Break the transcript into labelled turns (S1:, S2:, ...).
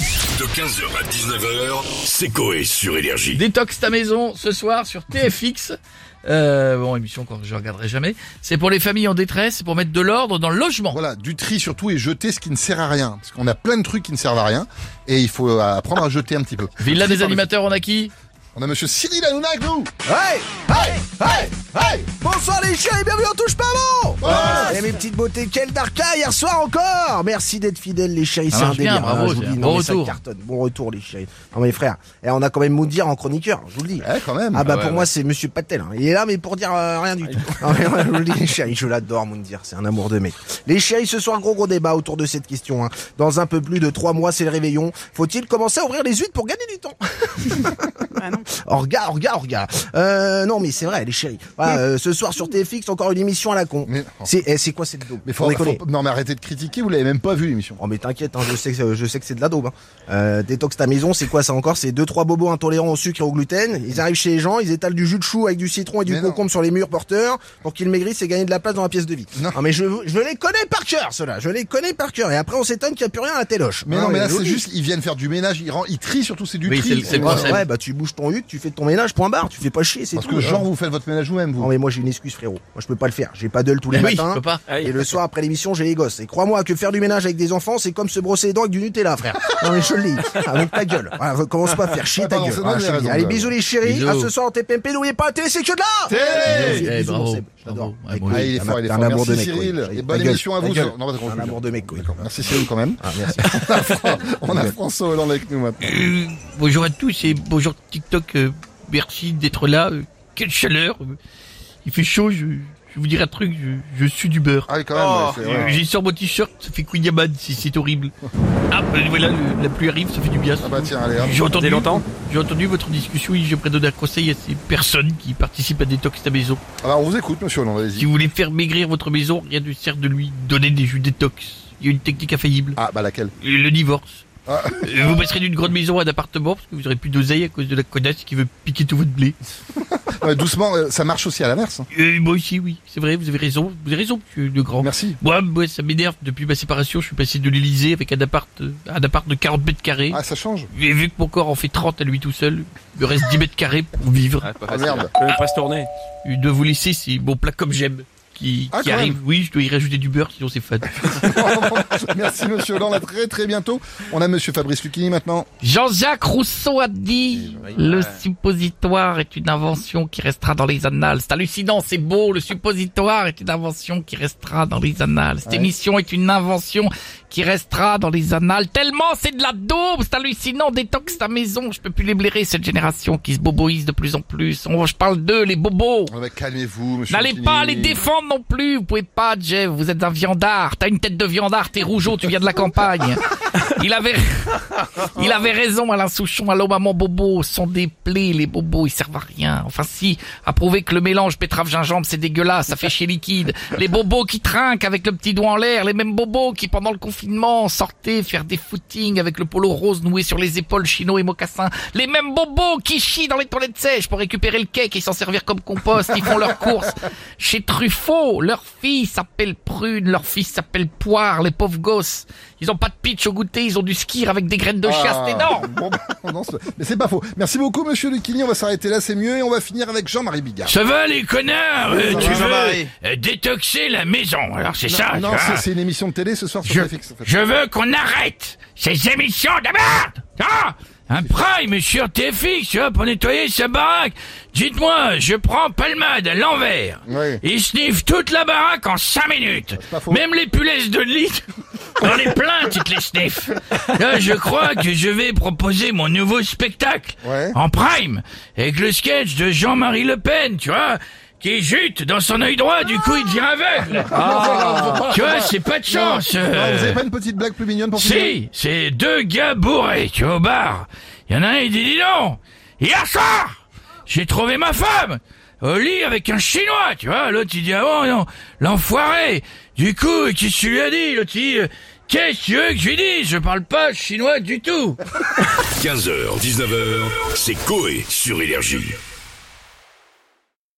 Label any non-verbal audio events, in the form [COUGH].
S1: De 15h à 19h, c'est Coé sur Énergie.
S2: Détox ta maison ce soir sur TFX. Euh, bon, émission que je regarderai jamais. C'est pour les familles en détresse, c'est pour mettre de l'ordre dans le logement.
S3: Voilà, du tri surtout et jeter ce qui ne sert à rien. Parce qu'on a plein de trucs qui ne servent à rien et il faut euh, apprendre à jeter un petit peu.
S2: Villa
S3: Tri
S2: des
S3: par le-
S2: animateurs, on a qui
S3: On a monsieur Cyril Hanouna avec nous
S4: Hey, hey, hey, hey Bonsoir les chiens et bienvenue en touche pas bon Eh mes petites beautés, quel darka hier soir encore Merci d'être fidèles les chéris,
S2: Ça
S4: c'est un
S2: marche bien,
S4: délire. Ah,
S2: bravo,
S4: je vous
S2: c'est
S4: dis,
S2: un
S4: non,
S2: bon
S4: mais ça
S2: retour.
S4: cartonne. Bon retour les chéris. Non mais frère, et on a quand même Moudir en chroniqueur, je vous le dis.
S3: Ouais, Ah, quand même.
S4: Ah bah
S2: Ah ouais,
S4: pour
S2: ouais.
S4: moi c'est Monsieur Patel, hein. il est là mais pour dire euh, rien du tout. [LAUGHS] Non, mais ouais, je vous le dis, les chéris, je l'adore Moundir, c'est un amour de mec. Les chéris, ce soir gros gros débat autour de cette question. hein. Dans un peu plus de trois mois c'est le réveillon. Faut-il commencer à ouvrir les huîtres pour gagner du
S3: [LAUGHS]
S4: temps [LAUGHS] Orga, orga, orga. Euh, non, mais c'est vrai, les chéris. Voilà, euh, ce soir sur TFX, encore une émission à la con.
S3: Mais-
S4: C'est eh, c'est quoi cette daube
S3: Mais
S4: Sans
S3: faut,
S4: déconner.
S3: faut- non mais arrêtez de critiquer, vous l'avez même pas vu l'émission.
S4: Oh mais t'inquiète, hein, je sais que je sais que c'est de la daube. Hein. Euh, détox ta maison, c'est quoi ça encore C'est deux trois bobos intolérants au sucre et au gluten. Ils arrivent chez les gens, ils étalent du jus de chou avec du citron et du
S3: Mais non.
S4: concombre sur les murs porteurs pour qu'ils maigrissent et gagnent de la place dans la pièce de vie.
S3: Non.
S4: mais je je les connais par cœur, ceux-là. Je les connais par cœur. Et après on s'étonne qu'il n'y a plus rien à la téloche.
S3: Mais
S4: Hein,
S3: non mais là
S4: je vous
S3: c'est
S4: le dis.
S3: juste ils viennent faire du ménage, ils, rend- ils trient surtout, c'est du
S2: Oui, c'est
S3: tri.
S2: le- c'est le
S3: Voilà.
S2: concept.
S4: Ouais, bah tu bouges ton huc, tu fais ton ménage, point barre. Tu fais pas chier, c'est
S3: Parce
S4: tout. hein.
S3: que genre vous faites votre ménage vous-même vous.
S4: Non mais moi j'ai une excuse frérot. Moi je peux pas le faire. J'ai pas d'œil tous les
S2: Eh [LAUGHS] oui,
S4: matins.
S2: je peux pas.
S4: Et le soir après l'émission j'ai les gosses. Et crois-moi que faire du ménage avec des enfants c'est comme se brosser les dents avec du Nutella frère. Non mais je le dis. Avec ta gueule. Voilà, commence pas à faire chier
S3: Ah,
S4: ta
S3: pardon,
S4: gueule.
S3: c'est
S4: Voilà,
S3: vrai,
S4: je te
S3: j'ai
S4: le dis.
S3: raison,
S4: Allez
S3: ouais.
S4: bisous les chéris. À
S2: Bisous.
S4: ce soir en TPMP n'oubliez pas la télé c'est que de là.
S3: Télé
S2: Eh,
S4: Bisous,
S2: bravo,
S4: Seb. Je t'adore.
S2: bravo.
S4: Avec
S2: Ouais,
S3: Ah,
S4: plaisir.
S3: il est
S4: Un-
S3: fort, il est
S4: un
S3: fort.
S4: amour de
S3: Merci
S4: mec,
S3: Cyril.
S4: oui.
S3: Et bonne
S4: Ta gueule,
S3: émission à
S4: ta
S3: vous.
S4: gueule.
S3: sur- Non, pas de
S4: Un amour de mec, oui.
S3: D'accord, Merci Cyril quand même.
S4: Ah, merci.
S3: [LAUGHS] On a François Hollande avec nous maintenant.
S2: Euh, bonjour à tous et bonjour TikTok. euh, merci d'être là. Euh, quelle chaleur. euh, il fait chaud. Je, je vous dirai un truc. Je, je sue du beurre.
S3: Ah oui, quand même. ouais, c'est-
S2: Euh,
S3: ouais.
S2: J'ai sur mon t-shirt. Ça fait Queen c'est C'est horrible. Ah, ben voilà. le- la pluie arrive. Ça fait du bien.
S3: Ah bah tiens, allez, hop.
S2: J'ai entendu, longtemps J'ai entendu votre discussion et j'aimerais donner un conseil à ces personnes qui participent à Détox ta maison.
S3: Alors Ah bah, on vous écoute monsieur Hollande,
S2: Si
S3: allez-y.
S2: vous voulez faire maigrir votre maison, rien ne sert de lui donner des jus détox. Il y a une technique infaillible.
S3: Ah bah laquelle
S2: Le divorce.
S3: Ah.
S2: Euh, Vous passerez d'une grande maison à un appartement parce que vous aurez plus d'oseille à cause de la connasse qui veut piquer tout votre blé.
S3: Ouais, Doucement, euh, ça marche aussi à l'inverse. hein.
S2: Euh, moi aussi, oui. C'est vrai, vous avez raison. Vous avez raison, monsieur le grand.
S3: Merci.
S2: Moi, moi, ça m'énerve. Depuis ma séparation, je suis passé de l'Elysée avec un appart, euh, un appart de 40 mètres carrés.
S3: Ah ça change
S2: Et vu que mon corps en fait 30 à lui tout seul, il me reste 10 mètres carrés pour vivre.
S5: Ah, pas
S3: Ah
S5: facile.
S3: merde.
S5: Je peux même pas se tourner.
S2: Il doit vous laisser, c'est mon plat comme j'aime qui,
S3: Ah,
S2: qui
S3: quand
S2: arrive.
S3: même.
S2: Oui, je dois y rajouter du beurre, sinon c'est fade.
S3: [LAUGHS] Merci Monsieur Hollande, à très très bientôt. On a Monsieur Fabrice Lucchini maintenant.
S2: Jean-Jacques Rousseau a dit
S5: Oui,
S2: Le
S5: ouais.
S2: suppositoire est une invention qui restera dans les annales. C'est hallucinant, c'est beau. Le suppositoire est une invention qui restera dans les annales. Cette
S3: Ouais.
S2: émission est une invention qui restera dans les annales. Tellement c'est de la daube, c'est hallucinant. Détox ta maison, je peux plus les blairer, cette génération qui se boboise de plus en plus. On- je parle d'eux, les bobos.
S3: Ah bah, Calmez-vous Monsieur
S2: N'allez
S3: Lucchini.
S2: pas les défendre non plus, vous pouvez pas, Jeff, vous êtes un viandard, t'as une tête de viandard, t'es rougeau, tu viens de la campagne. Il avait, il avait raison, Alain Souchon, allô maman bobo, sont des plaies, les bobos, ils servent à rien. Enfin si, à prouver que le mélange betterave-gingembre, c'est dégueulasse, ça fait chier liquide. Les bobos qui trinquent avec le petit doigt en l'air, les mêmes bobos qui pendant le confinement sortaient faire des footings avec le polo rose noué sur les épaules, chino et mocassins. Les mêmes bobos qui chient dans les toilettes sèches pour récupérer le cake et s'en servir comme compost, ils font leurs courses. Chez Truffaut, leur fille s'appelle Prune, leur fils s'appelle Poire, les pauvres gosses. Ils ont pas de pitch au goûter, ils ont du skir avec des graines de chia,
S3: Ah,
S2: c'est énorme
S3: bon, bah, non, c'est- mais c'est pas faux. Merci beaucoup Monsieur Lucchini, on va s'arrêter là, c'est mieux et on va finir avec Jean-Marie Bigard.
S2: Ça va les connards euh,
S3: Ça
S2: Tu
S3: va,
S2: veux
S3: Jean-Marie
S2: euh, détoxer la maison, alors c'est ça
S3: non,
S2: tu vois
S3: c'est- c'est une émission de télé ce soir sur
S2: je,
S3: TFX, en fait.
S2: je veux qu'on arrête ces émissions de merde Ah Un prime sur TFX, tu vois, pour nettoyer sa baraque Dites-moi, je prends Palmade à l'envers.
S3: Ouais.
S2: Il sniffe toute la baraque en 5 minutes.
S3: c'est pas faux.
S2: Même les punaises de lit, [LAUGHS] dans les plaintes, il te les sniffe. Là, je crois que je vais proposer mon nouveau spectacle
S3: Ouais.
S2: en prime avec le sketch de Jean-Marie Le Pen, tu vois qui jute dans son œil droit, du coup il devient aveugle.
S3: Ah.
S2: Tu vois, c'est pas de chance.
S3: Non,
S2: euh.
S3: vous avez pas une petite blague plus mignonne pour finir
S2: Si, c'est deux gars bourrés, tu vois, au bar. Il y en a un, il dit, dis donc, hier soir, j'ai trouvé ma femme au lit avec un chinois, tu vois. L'autre, il dit, ah bon, non, l'enfoiré. Du coup, qu'est-ce que tu lui as dit L'autre, il dit, euh, qu'est-ce que tu veux que je lui dise Je parle pas
S1: [LAUGHS]
S2: chinois du tout.
S1: 15h, 19h, c'est Coé sur Énergie.